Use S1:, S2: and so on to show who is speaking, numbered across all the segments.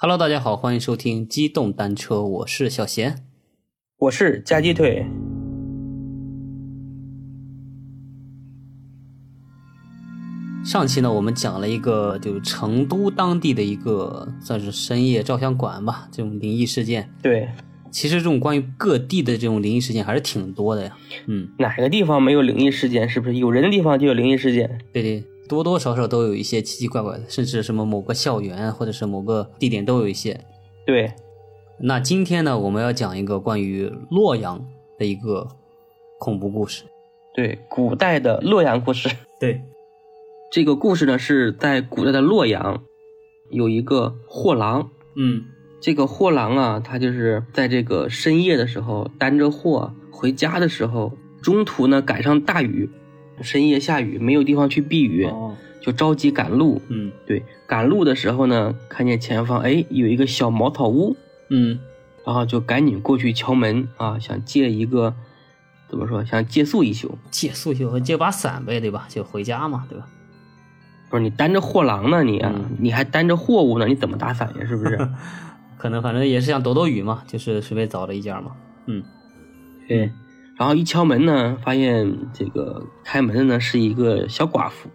S1: Hello，大家好，欢迎收听《机动单车》，我是小贤。
S2: 我是夹鸡腿，
S1: 上期呢，我们讲了一个就是成都当地的一个算是深夜照相馆吧，这种灵异事件。
S2: 对，
S1: 其实这种关于各地的这种灵异事件还是挺多的呀。嗯，
S2: 哪个地方没有灵异事件？是不是有人的地方就有灵异事件？
S1: 对对，多多少少都有一些奇奇怪怪的，甚至什么某个校园或者是某个地点都有一些。
S2: 对，
S1: 那今天呢，我们要讲一个关于洛阳的一个恐怖故事。
S2: 对，古代的洛阳故事。
S1: 对，
S2: 这个故事呢是在古代的洛阳，有一个货郎。
S1: 嗯
S2: 这个货郎啊，他就是在这个深夜的时候担着货回家的时候，中途呢赶上大雨，深夜下雨没有地方去避雨，
S1: 哦，
S2: 就着急赶路。
S1: 嗯
S2: 对，赶路的时候呢，看见前方哎有一个小茅草屋，
S1: 嗯
S2: 然后啊就赶紧过去敲门啊，想借一个怎么说，想借宿一宿。
S1: 借宿就借把伞呗，对吧？就回家嘛，对吧？
S2: 不是你担着货郎呢你啊，
S1: 嗯
S2: 你还担着货物呢，你怎么打伞呀？是不是？
S1: 可能反正也是想躲躲雨嘛，就是随便找了一家嘛。嗯
S2: 对。然后一敲门呢，发现这个开门的呢是一个小寡妇。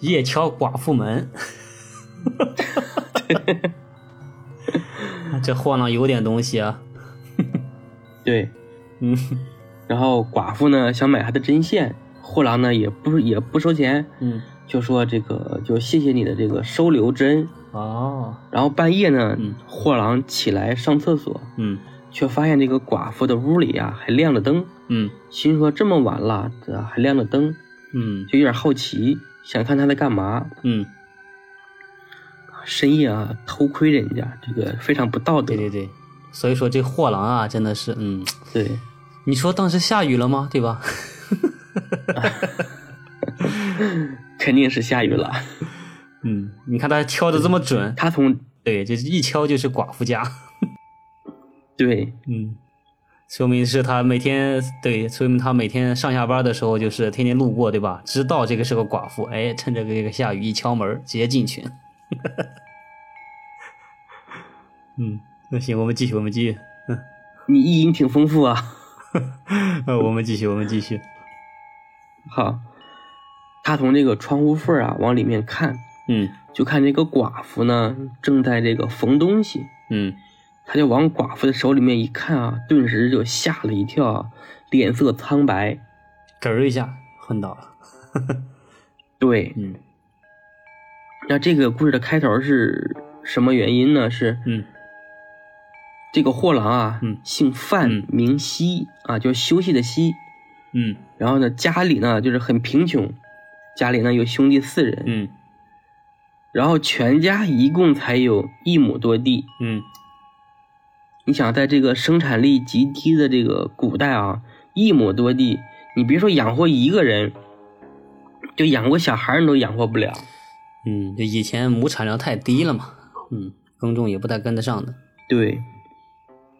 S1: 夜敲寡妇门， 这货郎有点东西啊。
S2: 对，
S1: 嗯
S2: 然后寡妇呢想买她的针线，货郎呢也不也不收钱，
S1: 嗯，
S2: 就说这个就谢谢你的这个收留之恩。
S1: 哦，
S2: 然后半夜呢
S1: 嗯，
S2: 货郎起来上厕所，
S1: 嗯
S2: 却发现这个寡妇的屋里啊还亮着灯。
S1: 嗯
S2: 心说这么晚了，这还亮着灯，
S1: 嗯
S2: 就有点好奇，想看他在干嘛。
S1: 嗯，
S2: 深夜啊，偷窥人家，这个非常不道德。
S1: 对对对，所以说这货郎啊，真的是，嗯，
S2: 对
S1: 你说当时下雨了吗？对吧？
S2: 肯定是下雨了。
S1: 嗯，你看他敲的这么准，
S2: 他从
S1: 对，这一敲就是寡妇家。
S2: 对
S1: 嗯，说明是他每天对，说明他每天上下班的时候就是天天路过，对吧？知道这个是个寡妇，哎，趁着这个下雨一敲门儿，直接进去。 嗯，那行，我们继续，我们继续，
S2: 你意淫挺丰富啊。
S1: 呃，我们继续，我们继续。
S2: 好，他从这个窗户缝儿啊往里面看，
S1: 嗯
S2: 就看这个寡妇呢正在这个缝东西。
S1: 嗯，
S2: 他就往寡妇的手里面一看啊，顿时就吓了一跳啊，脸色苍白。
S1: 嗝儿一下昏倒了。
S2: 对，
S1: 嗯
S2: 那这个故事的开头是什么原因呢？是
S1: 嗯
S2: 这个货郎啊，
S1: 嗯
S2: 姓范
S1: 嗯，
S2: 名息啊，就是休息的息。
S1: 嗯
S2: 然后呢，家里呢就是很贫穷，家里呢有兄弟四人，
S1: 嗯
S2: 然后全家一共才有一亩多地。
S1: 嗯
S2: 你想，在这个生产力极低的这个古代啊，一亩多地，你别说养活一个人，就养活小孩儿你都养活不了。
S1: 嗯，就以前亩产量太低了嘛，嗯，耕种也不太跟得上的。
S2: 对，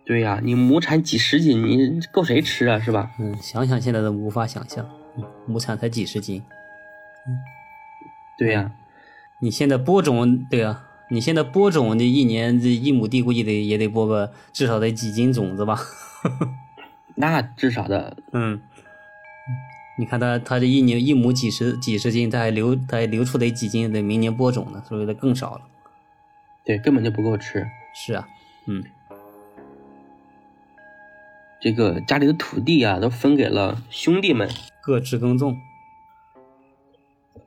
S2: 对呀、你亩产几十斤，你够谁吃啊？是吧？
S1: 嗯，想想现在都无法想象，嗯亩产才几十斤。
S2: 对呀、
S1: 你现在播种，对啊，你现在播种，这一年这一亩地估计得也得播个至少得几斤种子吧？
S2: 那至少的
S1: 嗯， 你看他他这一年一亩几十几十斤，他还留他还留出得几斤，得明年播种呢，所以得更少了。
S2: 对，根本就不够吃。
S1: 是啊，嗯
S2: 这个家里的土地啊，都分给了兄弟们。
S1: 各自耕种。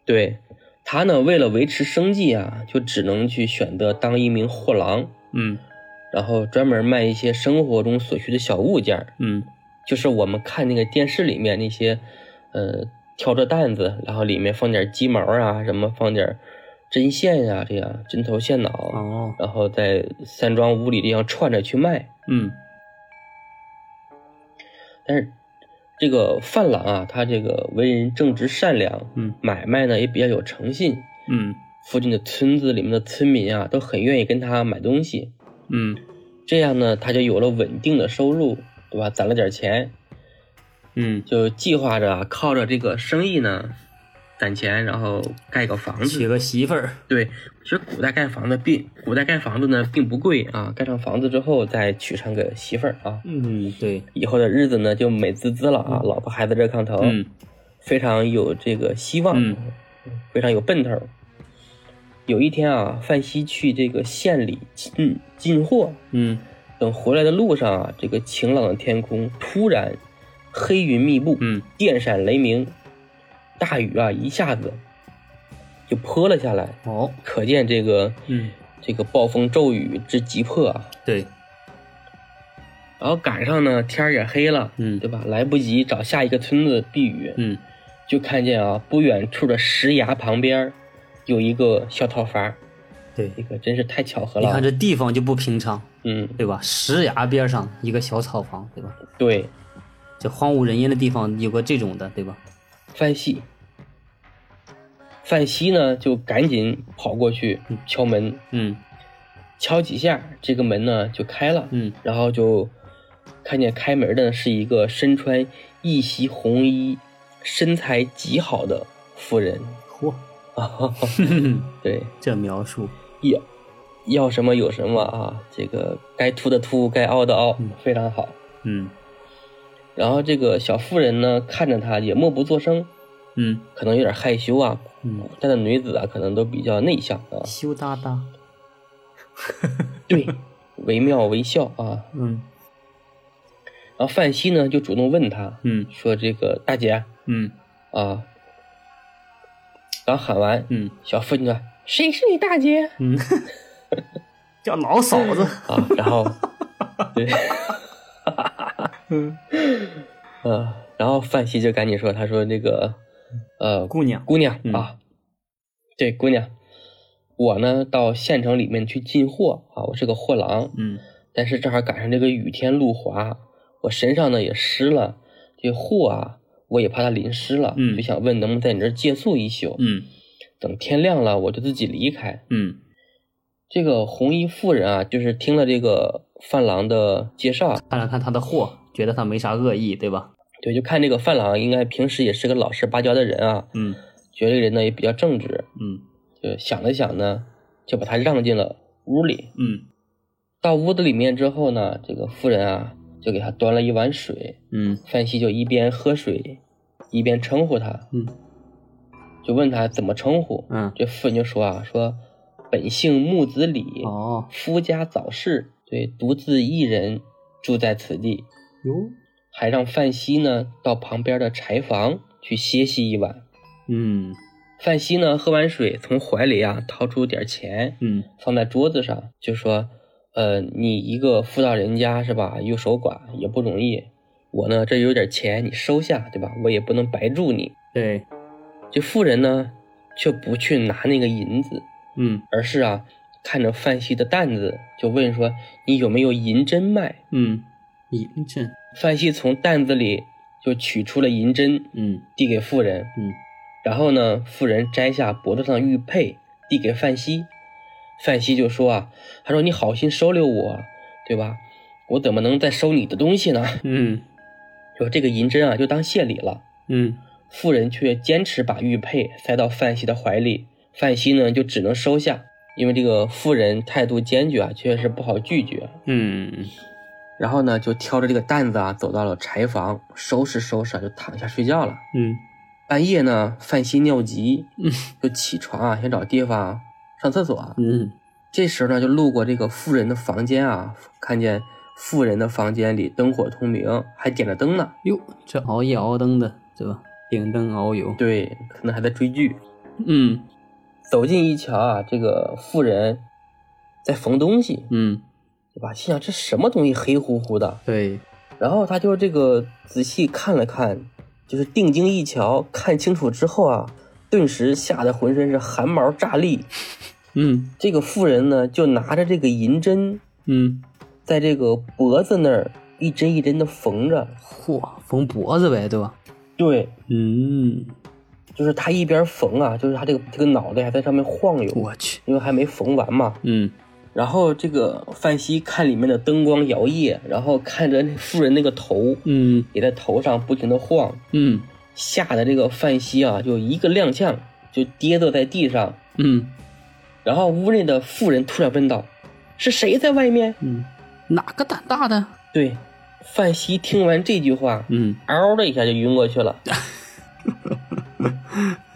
S2: 对他呢，为了维持生计啊，就只能去选择当一名货郎，
S1: 嗯
S2: 然后专门卖一些生活中所需的小物件儿，
S1: 嗯
S2: 就是我们看那个电视里面那些，呃，挑着担子，然后里面放点鸡毛啊，什么放点针线呀、这样针头线脑，
S1: 哦
S2: 然后在山庄屋里这样串着去卖。
S1: 嗯
S2: 但是这个范郎啊，他这个为人正直善良，
S1: 嗯
S2: 买卖呢也比较有诚信。
S1: 嗯
S2: 附近的村子里面的村民啊，都很愿意跟他买东西，
S1: 嗯
S2: 这样呢，他就有了稳定的收入，对吧？攒了点钱，
S1: 嗯
S2: 就计划着啊靠着这个生意呢，攒钱，然后盖个房子。
S1: 娶个媳妇儿，
S2: 对，其实古代盖房子并古代盖房子呢并不贵啊，盖上房子之后再娶上个媳妇儿啊，
S1: 嗯，对，
S2: 以后的日子呢就美滋滋了啊，老婆孩子热炕头，
S1: 嗯
S2: 非常有这个希望，
S1: 嗯
S2: 非常有奔头。有一天啊，范希去这个县里进进货，
S1: 嗯
S2: 等回来的路上啊，这个晴朗的天空突然黑云密布，
S1: 嗯
S2: 电闪雷鸣，大雨啊一下子就泼了下来，
S1: 哦，
S2: 可见这个
S1: 嗯，
S2: 这个暴风骤雨之急迫啊。
S1: 对，
S2: 然后赶上呢，天儿也黑了，
S1: 嗯
S2: 对吧？来不及找下一个村子避雨，
S1: 嗯
S2: 就看见啊，不远处的石崖旁边儿有一个小套房，
S1: 对，
S2: 这个真是太巧合
S1: 你
S2: 了
S1: 看
S2: 啊。
S1: 这地方就不平常，
S2: 嗯，
S1: 对吧？石崖边上一个小草房，对吧？
S2: 对，
S1: 这荒无人烟的地方有个这种的，对吧？
S2: 范希，范希呢就赶紧跑过去敲门，
S1: 嗯
S2: 敲几下，这个门呢就开了，
S1: 嗯
S2: 然后就看见开门的是一个身穿一袭红衣、身材极好的妇人。
S1: 嚯，
S2: 啊，对，
S1: 这描述，
S2: 要要什么有什么啊，这个该凸的凸，该凹的凹，非常好。
S1: 嗯
S2: 然后这个小妇人呢，看着他也默不作声，
S1: 嗯
S2: 可能有点害羞啊。
S1: 嗯，
S2: 古代的女子啊，可能都比较内向啊，
S1: 羞答答，
S2: 对，惟妙惟肖啊。
S1: 嗯
S2: 然后范希呢，就主动问他
S1: 嗯
S2: 说：“这个大姐
S1: 嗯
S2: 啊。”然后喊完，
S1: 嗯
S2: 小妇人就说：“谁是你大姐
S1: 嗯， 叫老嫂 子，？”
S2: 啊，然后，对，
S1: 嗯，
S2: 啊，然后范希就赶紧说：“他说那个，呃，
S1: 姑娘，
S2: 姑娘
S1: 嗯
S2: 啊，对，姑娘，我呢到县城里面去进货啊，我是个货郎，
S1: 嗯
S2: 但是正好赶上这个雨天路滑，我身上呢也湿了，这货啊我也怕它淋湿了，
S1: 嗯
S2: 就想问能不能在你这儿借宿一宿，
S1: 嗯
S2: 等天亮了我就自己离开。
S1: 嗯
S2: 这个红衣妇人啊，就是听了这个范郎的介绍，
S1: 看了看他的货，觉得他没啥恶意，对吧？
S2: 对，就看这个范郎应该平时也是个老实巴交的人啊，
S1: 嗯
S2: 觉得这个人呢也比较正直，
S1: 嗯
S2: 就想了想呢，就把他让进了屋里。
S1: 嗯
S2: 到屋子里面之后呢，这个妇人啊就给他端了一碗水，
S1: 嗯
S2: 范希就一边喝水，一边称呼他，
S1: 嗯
S2: 就问他怎么称呼。
S1: 嗯，
S2: 这妇人就说啊，说本姓木子李，
S1: 哦
S2: 夫家早逝，对，独自一人住在此地，
S1: 哟，
S2: 还让范希呢到旁边的柴房去歇息一晚。
S1: 嗯
S2: 范希呢喝完水，从怀里啊掏出点钱，
S1: 嗯
S2: 放在桌子上，就说：“呃，你一个妇道人家是吧，又守寡也不容易，我呢这有点钱，你收下对吧？我也不能白住你。
S1: 对，”
S2: 这妇人呢却不去拿那个银子，
S1: 嗯
S2: 而是啊看着范希的担子，就问说：“你有没有银针卖
S1: 嗯，银针，？”
S2: 范希从担子里就取出了银针，
S1: 嗯
S2: 递给妇人。
S1: 嗯
S2: 然后呢，妇人摘下脖子上的玉佩，递给范希。范希就说啊，他说你好心收留我，对吧？我怎么能再收你的东西呢？
S1: 嗯
S2: 说这个银针啊，就当谢礼了。
S1: 嗯
S2: 妇人却坚持把玉佩塞到范希的怀里，范希呢就只能收下，因为这个妇人态度坚决啊，确实不好拒绝。
S1: 嗯
S2: 然后呢，就挑着这个担子啊，走到了柴房，收拾收拾啊，就躺下睡觉了。
S1: 嗯
S2: 半夜呢，范希尿急，
S1: 嗯
S2: 就起床啊，想找地方上厕所。啊
S1: 嗯
S2: 这时候呢，就路过这个妇人的房间啊，看见妇人的房间里灯火通明，还点着灯呢。
S1: 哟，这熬夜熬灯的，对吧？顶灯熬油，
S2: 对，可能还在追剧。
S1: 嗯
S2: 走近一瞧啊，这个妇人在缝东西，
S1: 嗯，
S2: 对吧？心想这什么东西黑乎乎的。
S1: 对，
S2: 然后他就这个仔细看了看，就是定睛一瞧，看清楚之后啊，顿时吓得浑身是汗毛炸立。
S1: 嗯
S2: 这个妇人呢，就拿着这个银针
S1: 嗯，
S2: 在这个脖子那儿一针一针的缝着。
S1: 嚯，缝脖子呗，对吧？
S2: 对，
S1: 嗯，
S2: 就是他一边缝啊，就是他这个这个脑袋还在上面晃悠，
S1: 我去，
S2: 因为还没缝完嘛。
S1: 嗯
S2: 然后这个范希看里面的灯光摇曳，然后看着那妇人那个头
S1: 嗯
S2: 也在头上不停的晃，
S1: 嗯
S2: 吓得这个范希啊，就一个踉跄，就跌坐在地上。
S1: 嗯
S2: 然后屋内的妇人突然问道：“是谁在外面
S1: 嗯，哪个胆大的？？”
S2: 对，范希听完这句话，
S1: 嗯
S2: 嗷的一下就晕过去了，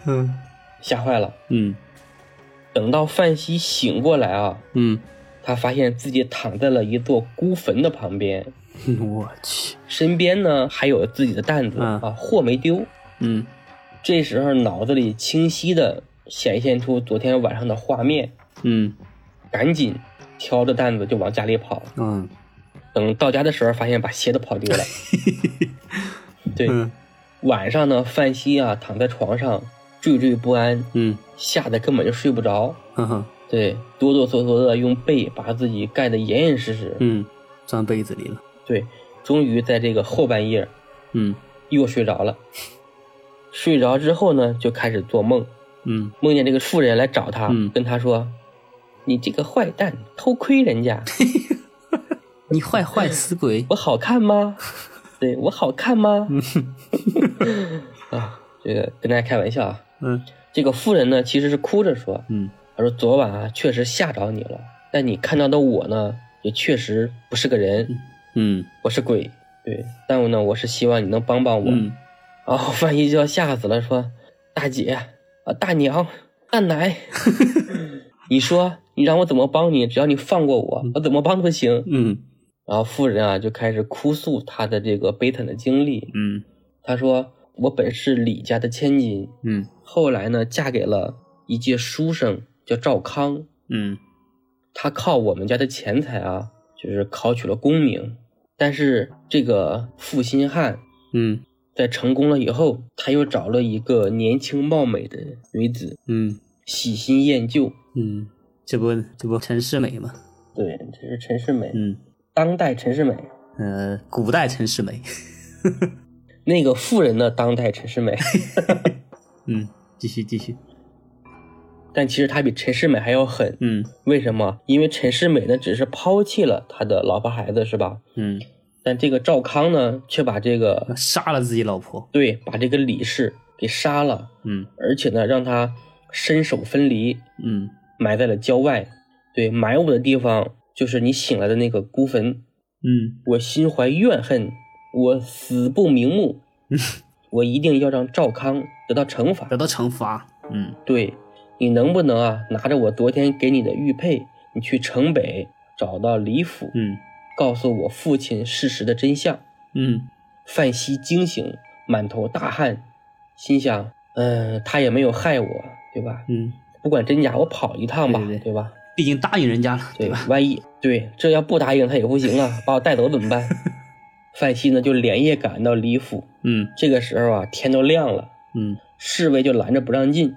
S1: 嗯
S2: 吓坏了。
S1: 嗯
S2: 等到范希醒过来啊，
S1: 嗯，
S2: 他发现自己躺在了一座孤坟的旁边，
S1: 我去，
S2: 身边呢还有自己的担子、
S1: 嗯
S2: 啊，货没丢。
S1: 嗯
S2: 这时候脑子里清晰的显现出昨天晚上的画面，
S1: 嗯
S2: 赶紧挑着担子就往家里跑。
S1: 嗯
S2: 等到家的时候，发现把鞋都跑 丢了。对，
S1: 嗯
S2: 晚上呢，范希啊躺在床上惴惴不安，
S1: 嗯，
S2: 吓得根本就睡不着。
S1: 呵呵，
S2: 对，哆哆嗦嗦的用被把自己盖得严严实实。
S1: 嗯，钻被子里了。
S2: 对，终于在这个后半夜
S1: 嗯
S2: 又睡着了。睡着之后呢，就开始做梦，
S1: 嗯
S2: 梦见这个妇人来找他，
S1: 嗯
S2: 跟他说：“你这个坏蛋，偷窥人家，
S1: 你坏坏死鬼！
S2: 我好看吗？对我好看吗？” 啊，这个跟大家开玩笑啊。
S1: 嗯
S2: 这个妇人呢，其实是哭着说：“
S1: 嗯
S2: 他说昨晚啊，确实吓着你了，但你看到的我呢，也确实不是个人，
S1: 嗯
S2: 我是鬼。对，但我呢，我是希望你能帮帮我。
S1: 嗯
S2: 然后范一就要吓死了，说：“大姐啊，大娘，大奶，你说你让我怎么帮你？只要你放过我，我怎么帮都行。
S1: 嗯”
S2: 然后妇人啊就开始哭诉她的这个悲惨的经历。
S1: 嗯
S2: 她说：“我本是李家的千金，
S1: 嗯
S2: 后来呢嫁给了一介书生，叫赵康。
S1: 嗯
S2: 他靠我们家的钱财啊，就是考取了功名。但是这个负心汉
S1: 嗯
S2: 在成功了以后，他又找了一个年轻貌美的女子，
S1: 嗯
S2: 喜新厌旧。
S1: 嗯，这不这不陈世美吗？
S2: 对，这是陈世美，
S1: 嗯
S2: 当代陈世美。
S1: 呃，古代陈世美。
S2: 那个富人的当代陈 世美，
S1: 嗯，继续继续。
S2: 但其实他比陈世美还要狠。
S1: 嗯
S2: 为什么？因为陈世美呢，只是抛弃了他的老婆孩子，是吧？
S1: 嗯，
S2: 但这个赵康呢，却把这个
S1: 杀了自己老婆。
S2: 对，把这个李氏给杀了。
S1: 嗯
S2: 而且呢，让他身首分离，
S1: 嗯
S2: 埋在了郊外。对，埋我的地方就是你醒来的那个孤坟。
S1: 嗯
S2: 我心怀怨恨，我死不瞑目，
S1: 嗯
S2: 我一定要让赵康得到惩罚
S1: 得。到惩罚。嗯
S2: 对，你能不能啊，拿着我昨天给你的玉佩，你去城北找到李府，
S1: 嗯
S2: 告诉我父亲事实的真相？
S1: 嗯
S2: 范希惊醒，满头大汗，心想：嗯、他也没有害我，对吧？
S1: 嗯，
S2: 不管真假，我跑一趟吧，
S1: 对对对
S2: 吧？
S1: 毕竟答应人家了，对
S2: 对
S1: 吧？，
S2: 万一对这要不答应他也不行啊，把我带走怎 么办？范希呢就连夜赶到李府，
S1: 嗯
S2: 这个时候啊天都亮了，
S1: 嗯
S2: 侍卫就拦着不让进，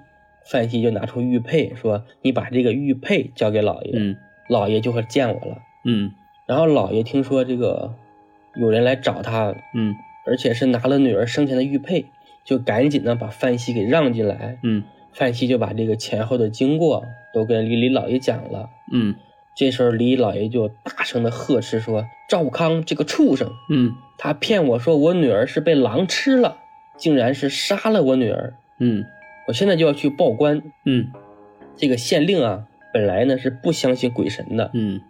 S2: 范希就拿出玉佩说：“你把这个玉佩交给老爷，
S1: 嗯
S2: 老爷就会见我了。
S1: 嗯”
S2: 然后老爷听说这个有人来找他，
S1: 嗯
S2: 而且是拿了女儿生前的玉佩，就赶紧呢把范希给让进来。
S1: 嗯
S2: 范希就把这个前后的经过都跟李李老爷讲了。
S1: 嗯
S2: 这时候，李老爷就大声的呵斥说：“赵康这个畜生，
S1: 嗯
S2: 他骗我说我女儿是被狼吃了，竟然是杀了我女儿！
S1: 嗯
S2: 我现在就要去报官。
S1: 嗯”
S2: 这个县令啊，本来呢是不相信鬼神的，
S1: 嗯，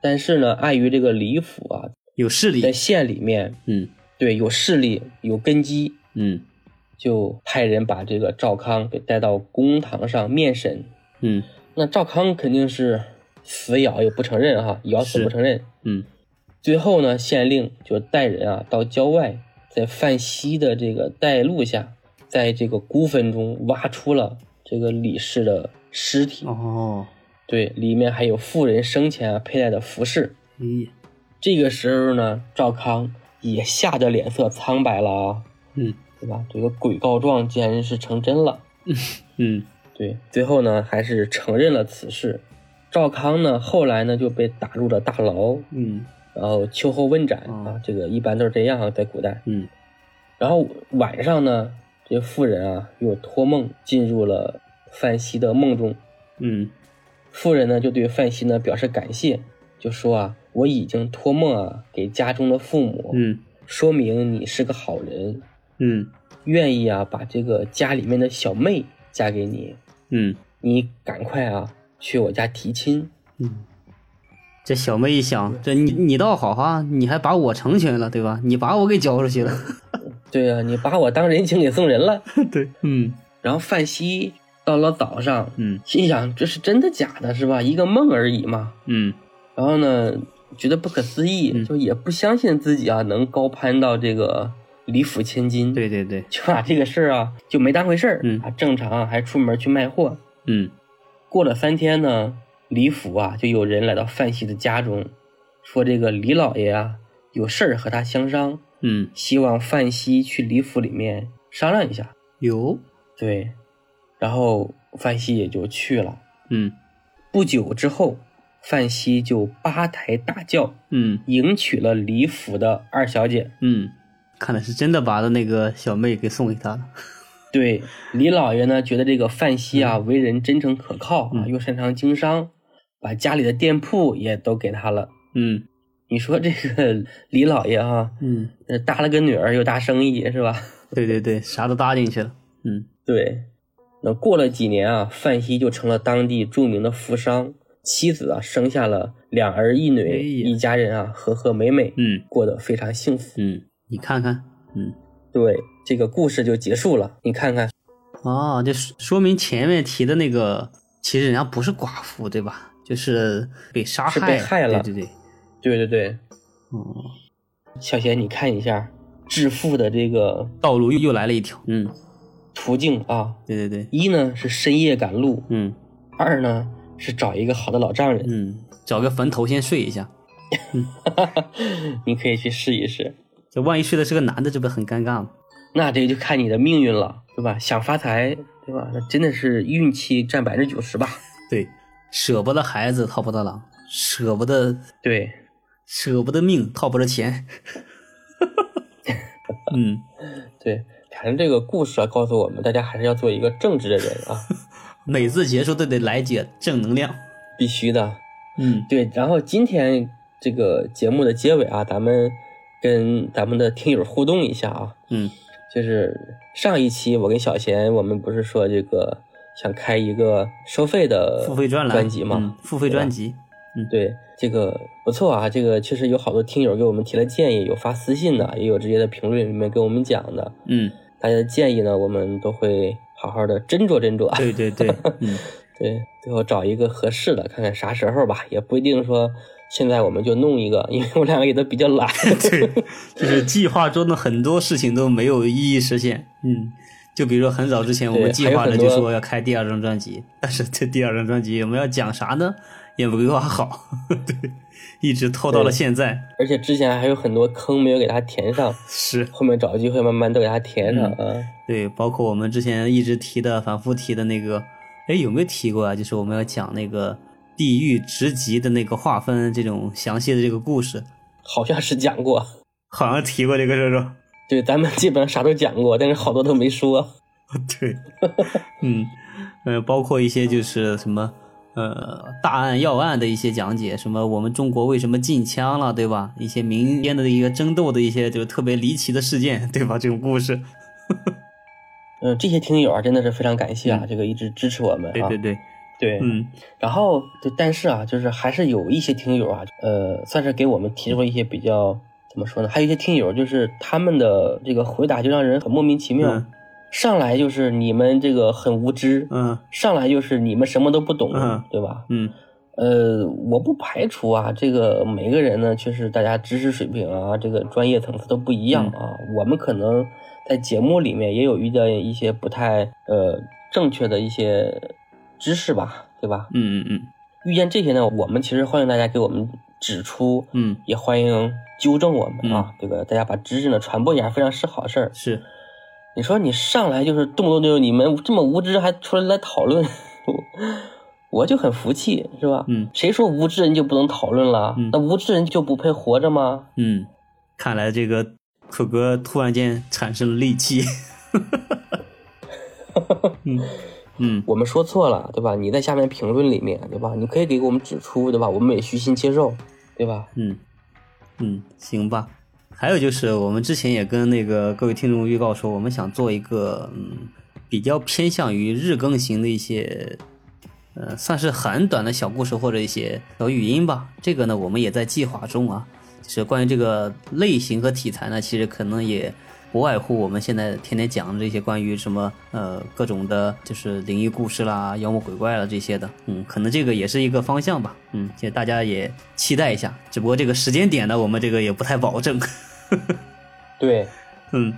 S2: 但是呢，碍于这个李府啊，
S1: 有势力
S2: 在。县里面
S1: 嗯
S2: 对有势力、有根基，
S1: 嗯
S2: 就派人把这个赵康给带到公堂上面审。
S1: 嗯
S2: 那赵康肯定是死咬也不承认哈、咬死
S1: 是
S2: 不承认。
S1: 嗯
S2: 最后呢，县令就带人啊到郊外，在范希的这个带路下，在这个孤坟中挖出了这个李氏的尸体。
S1: 哦，
S2: 对，里面还有妇人生前啊佩戴的服饰。
S1: 咦
S2: 这个时候呢，赵康也吓得脸色苍白了啊，
S1: 嗯
S2: 对吧？这个鬼告状竟然是成真了。
S1: 嗯
S2: 对，最后呢还是承认了此事。赵康呢后来呢就被打入了大牢，
S1: 嗯
S2: 然后秋后问斩
S1: 哦
S2: 啊，这个一般都是这样啊，在古代。
S1: 嗯
S2: 然后晚上呢，这妇人啊又托梦进入了范希的梦中。
S1: 嗯
S2: 妇人呢就对范希呢表示感谢，就说啊，我已经托梦啊给家中的父母，
S1: 嗯
S2: 说明你是个好人，
S1: 嗯
S2: 愿意啊把这个家里面的小妹嫁给你，
S1: 嗯
S2: 你赶快啊去我家提亲。
S1: 嗯。这小妹一想，这你你倒好哈，你还把我成全了，对吧？你把我给交出去了。
S2: 对啊，你把我当人情给送人了。
S1: 对，嗯
S2: 然后范希到了早上，
S1: 嗯
S2: 心想这是真的假的，是吧？一个梦而已嘛。
S1: 嗯
S2: 然后呢，觉得不可思议，
S1: 嗯
S2: 就也不相信自己啊能高攀到这个李府千金。
S1: 对对对，
S2: 就把这个事儿啊就没当回事儿，
S1: 嗯
S2: 啊，正常啊还出门去卖货。
S1: 嗯
S2: 过了三天呢，李府啊就有人来到范希的家中，说这个李老爷啊有事儿和他相商，
S1: 嗯，
S2: 希望范希去李府里面商量一下。
S1: 有，
S2: 对，然后范希也就去了。
S1: 嗯
S2: 不久之后，范希就八抬大轿
S1: 嗯
S2: 迎娶了李府的二小姐。
S1: 嗯，看来是真的把他那个小妹给送给他了。
S2: 对，李老爷呢，觉得这个范希啊，为人真诚可靠啊，
S1: 嗯
S2: 又擅长经商，把家里的店铺也都给他了。
S1: 嗯
S2: 你说这个李老爷啊，
S1: 嗯，
S2: 呃搭了个女儿又搭生意是吧？
S1: 对对对，啥都搭进去了。嗯
S2: 对，那过了几年啊，范希就成了当地著名的富商，妻子啊生下了两儿一女，
S1: 哎呀
S2: 一家人啊和和美美，
S1: 嗯
S2: 过得非常幸福。
S1: 嗯，你看看，嗯
S2: 对，这个故事就结束了。你看看，
S1: 哦，就说说明前面提的那个，其实人家不是寡妇，对吧？就是被杀
S2: 是
S1: 害
S2: 被害了
S1: 对对对，
S2: 对对对，
S1: 哦，
S2: 小贤你看一下致富的这个
S1: 道路又又来了一条。嗯，
S2: 途径啊，
S1: 对对对，
S2: 一呢是深夜赶路，
S1: 嗯
S2: 二呢是找一个好的老丈人，
S1: 嗯，找个坟头先睡一下，
S2: 你可以去试一试。
S1: 这万一睡的是个男的，这不很尴尬吗？
S2: 那这就看你的命运了，对吧？想发财，对吧？那真的是运气占百分之九十吧？
S1: 对，舍不得孩子套不得狼，舍不得
S2: 对，
S1: 舍不得命套不得钱。 嗯，
S2: 对，反正这个故事啊，告诉我们大家还是要做一个正直的人啊，
S1: 每次结束都得来姐正能量。
S2: 必须的。
S1: 嗯
S2: 对，然后今天这个节目的结尾啊，咱们跟咱们的听友互动一下啊，
S1: 嗯
S2: 就是上一期我跟小贤，我们不是说这个想开一个收费的
S1: 付费专栏
S2: 专辑嘛？
S1: 嗯付费专辑。
S2: 对，这个不错啊，这个确实有好多听友给我们提了建议，有发私信的，也有直接在评论里面跟我们讲的。
S1: 嗯，
S2: 大家的建议呢，我们都会好好的斟酌斟酌。啊
S1: 对对对，嗯
S2: 对，最后找一个合适的，看看啥时候吧，也不一定说现在我们就弄一个，因为我们两个也都比较 懒。
S1: 对，就是计划中的很多事情都没有一一实现。嗯，就比如说很早之前我
S2: 对
S1: 们计划
S2: 还有
S1: 着
S2: 很
S1: 就
S2: 多
S1: 说要开第二张专辑，但是这第二张专辑我们要讲啥呢？也没规划好， 对，一直拖到了
S2: 对
S1: 现在。
S2: 而且之前还有很多坑没有给它填上，
S1: 是，
S2: 后面找机会慢慢都给它
S1: 嗯
S2: 填上啊。
S1: 对，包括我们之前一直提的、反复提的那个，哎，有没有提过啊？就是我们要讲那个地狱职级的那个划分，这种详细的这个故事，
S2: 好像是讲过，
S1: 好像提过这个事儿是吧？
S2: 对，咱们基本上啥都讲过，但是好多都没说。
S1: 对，嗯，呃，包括一些就是什么。呃，大案要案的一些讲解，什么我们中国为什么禁枪了，对吧？一些民间的一个争斗的一些就是特别离奇的事件，对吧？这种故事，
S2: 嗯，这些听友啊，真的是非常感谢啊，
S1: 嗯
S2: 这个一直支持我们啊。
S1: 对对对，
S2: 对
S1: 嗯
S2: 然后就但是啊，就是还是有一些听友啊，呃，算是给我们提出了一些比较怎么说呢？还有一些听友就是他们的这个回答就让人很莫名其妙，
S1: 嗯
S2: 上来就是你们这个很无知，
S1: 嗯
S2: 上来就是你们什么都不懂，
S1: 嗯
S2: 对吧？
S1: 嗯
S2: 呃，我不排除啊，这个每个人呢，确实大家知识水平啊，这个专业层次都不一样啊。
S1: 嗯
S2: 我们可能在节目里面也有遇到一些不太呃正确的一些知识吧，对吧？
S1: 嗯嗯嗯
S2: 遇见这些呢，我们其实欢迎大家给我们指出，
S1: 嗯，
S2: 也欢迎纠正我们啊。这个大家把知识呢传播一下，非常是好事儿。
S1: 是，
S2: 你说你上来就是动不动就你们这么无知，还出来来讨论， 我就很服气，是吧？
S1: 嗯
S2: 谁说无知人就不能讨论了？
S1: 嗯
S2: 那无知人就不配活着吗？
S1: 嗯，看来这个可哥突然间产生了戾气。 嗯嗯
S2: 我们说错了，对吧？你在下面评论里面，对吧？你可以给我们指出，对吧？我们也虚心接受，对吧？
S1: 嗯嗯，行吧。还有就是我们之前也跟那个各位听众预告说，我们想做一个嗯比较偏向于日更型的一些。呃，算是很短的小故事或者一些小语音吧。这个呢，我们也在计划中啊。就是关于这个类型和题材呢，其实可能也不外乎我们现在天天讲的这些关于什么呃各种的，就是灵异故事啦、妖魔鬼怪啦这些的。嗯，可能这个也是一个方向吧。嗯，其实大家也期待一下。只不过这个时间点呢，我们这个也不太保证。
S2: 对，
S1: 嗯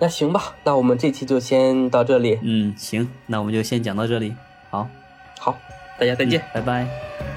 S2: 那行吧，那我们这期就先到这里，
S1: 嗯嗯，行，那我们就先讲到这里。好，
S2: 好，大家再见。
S1: 拜拜。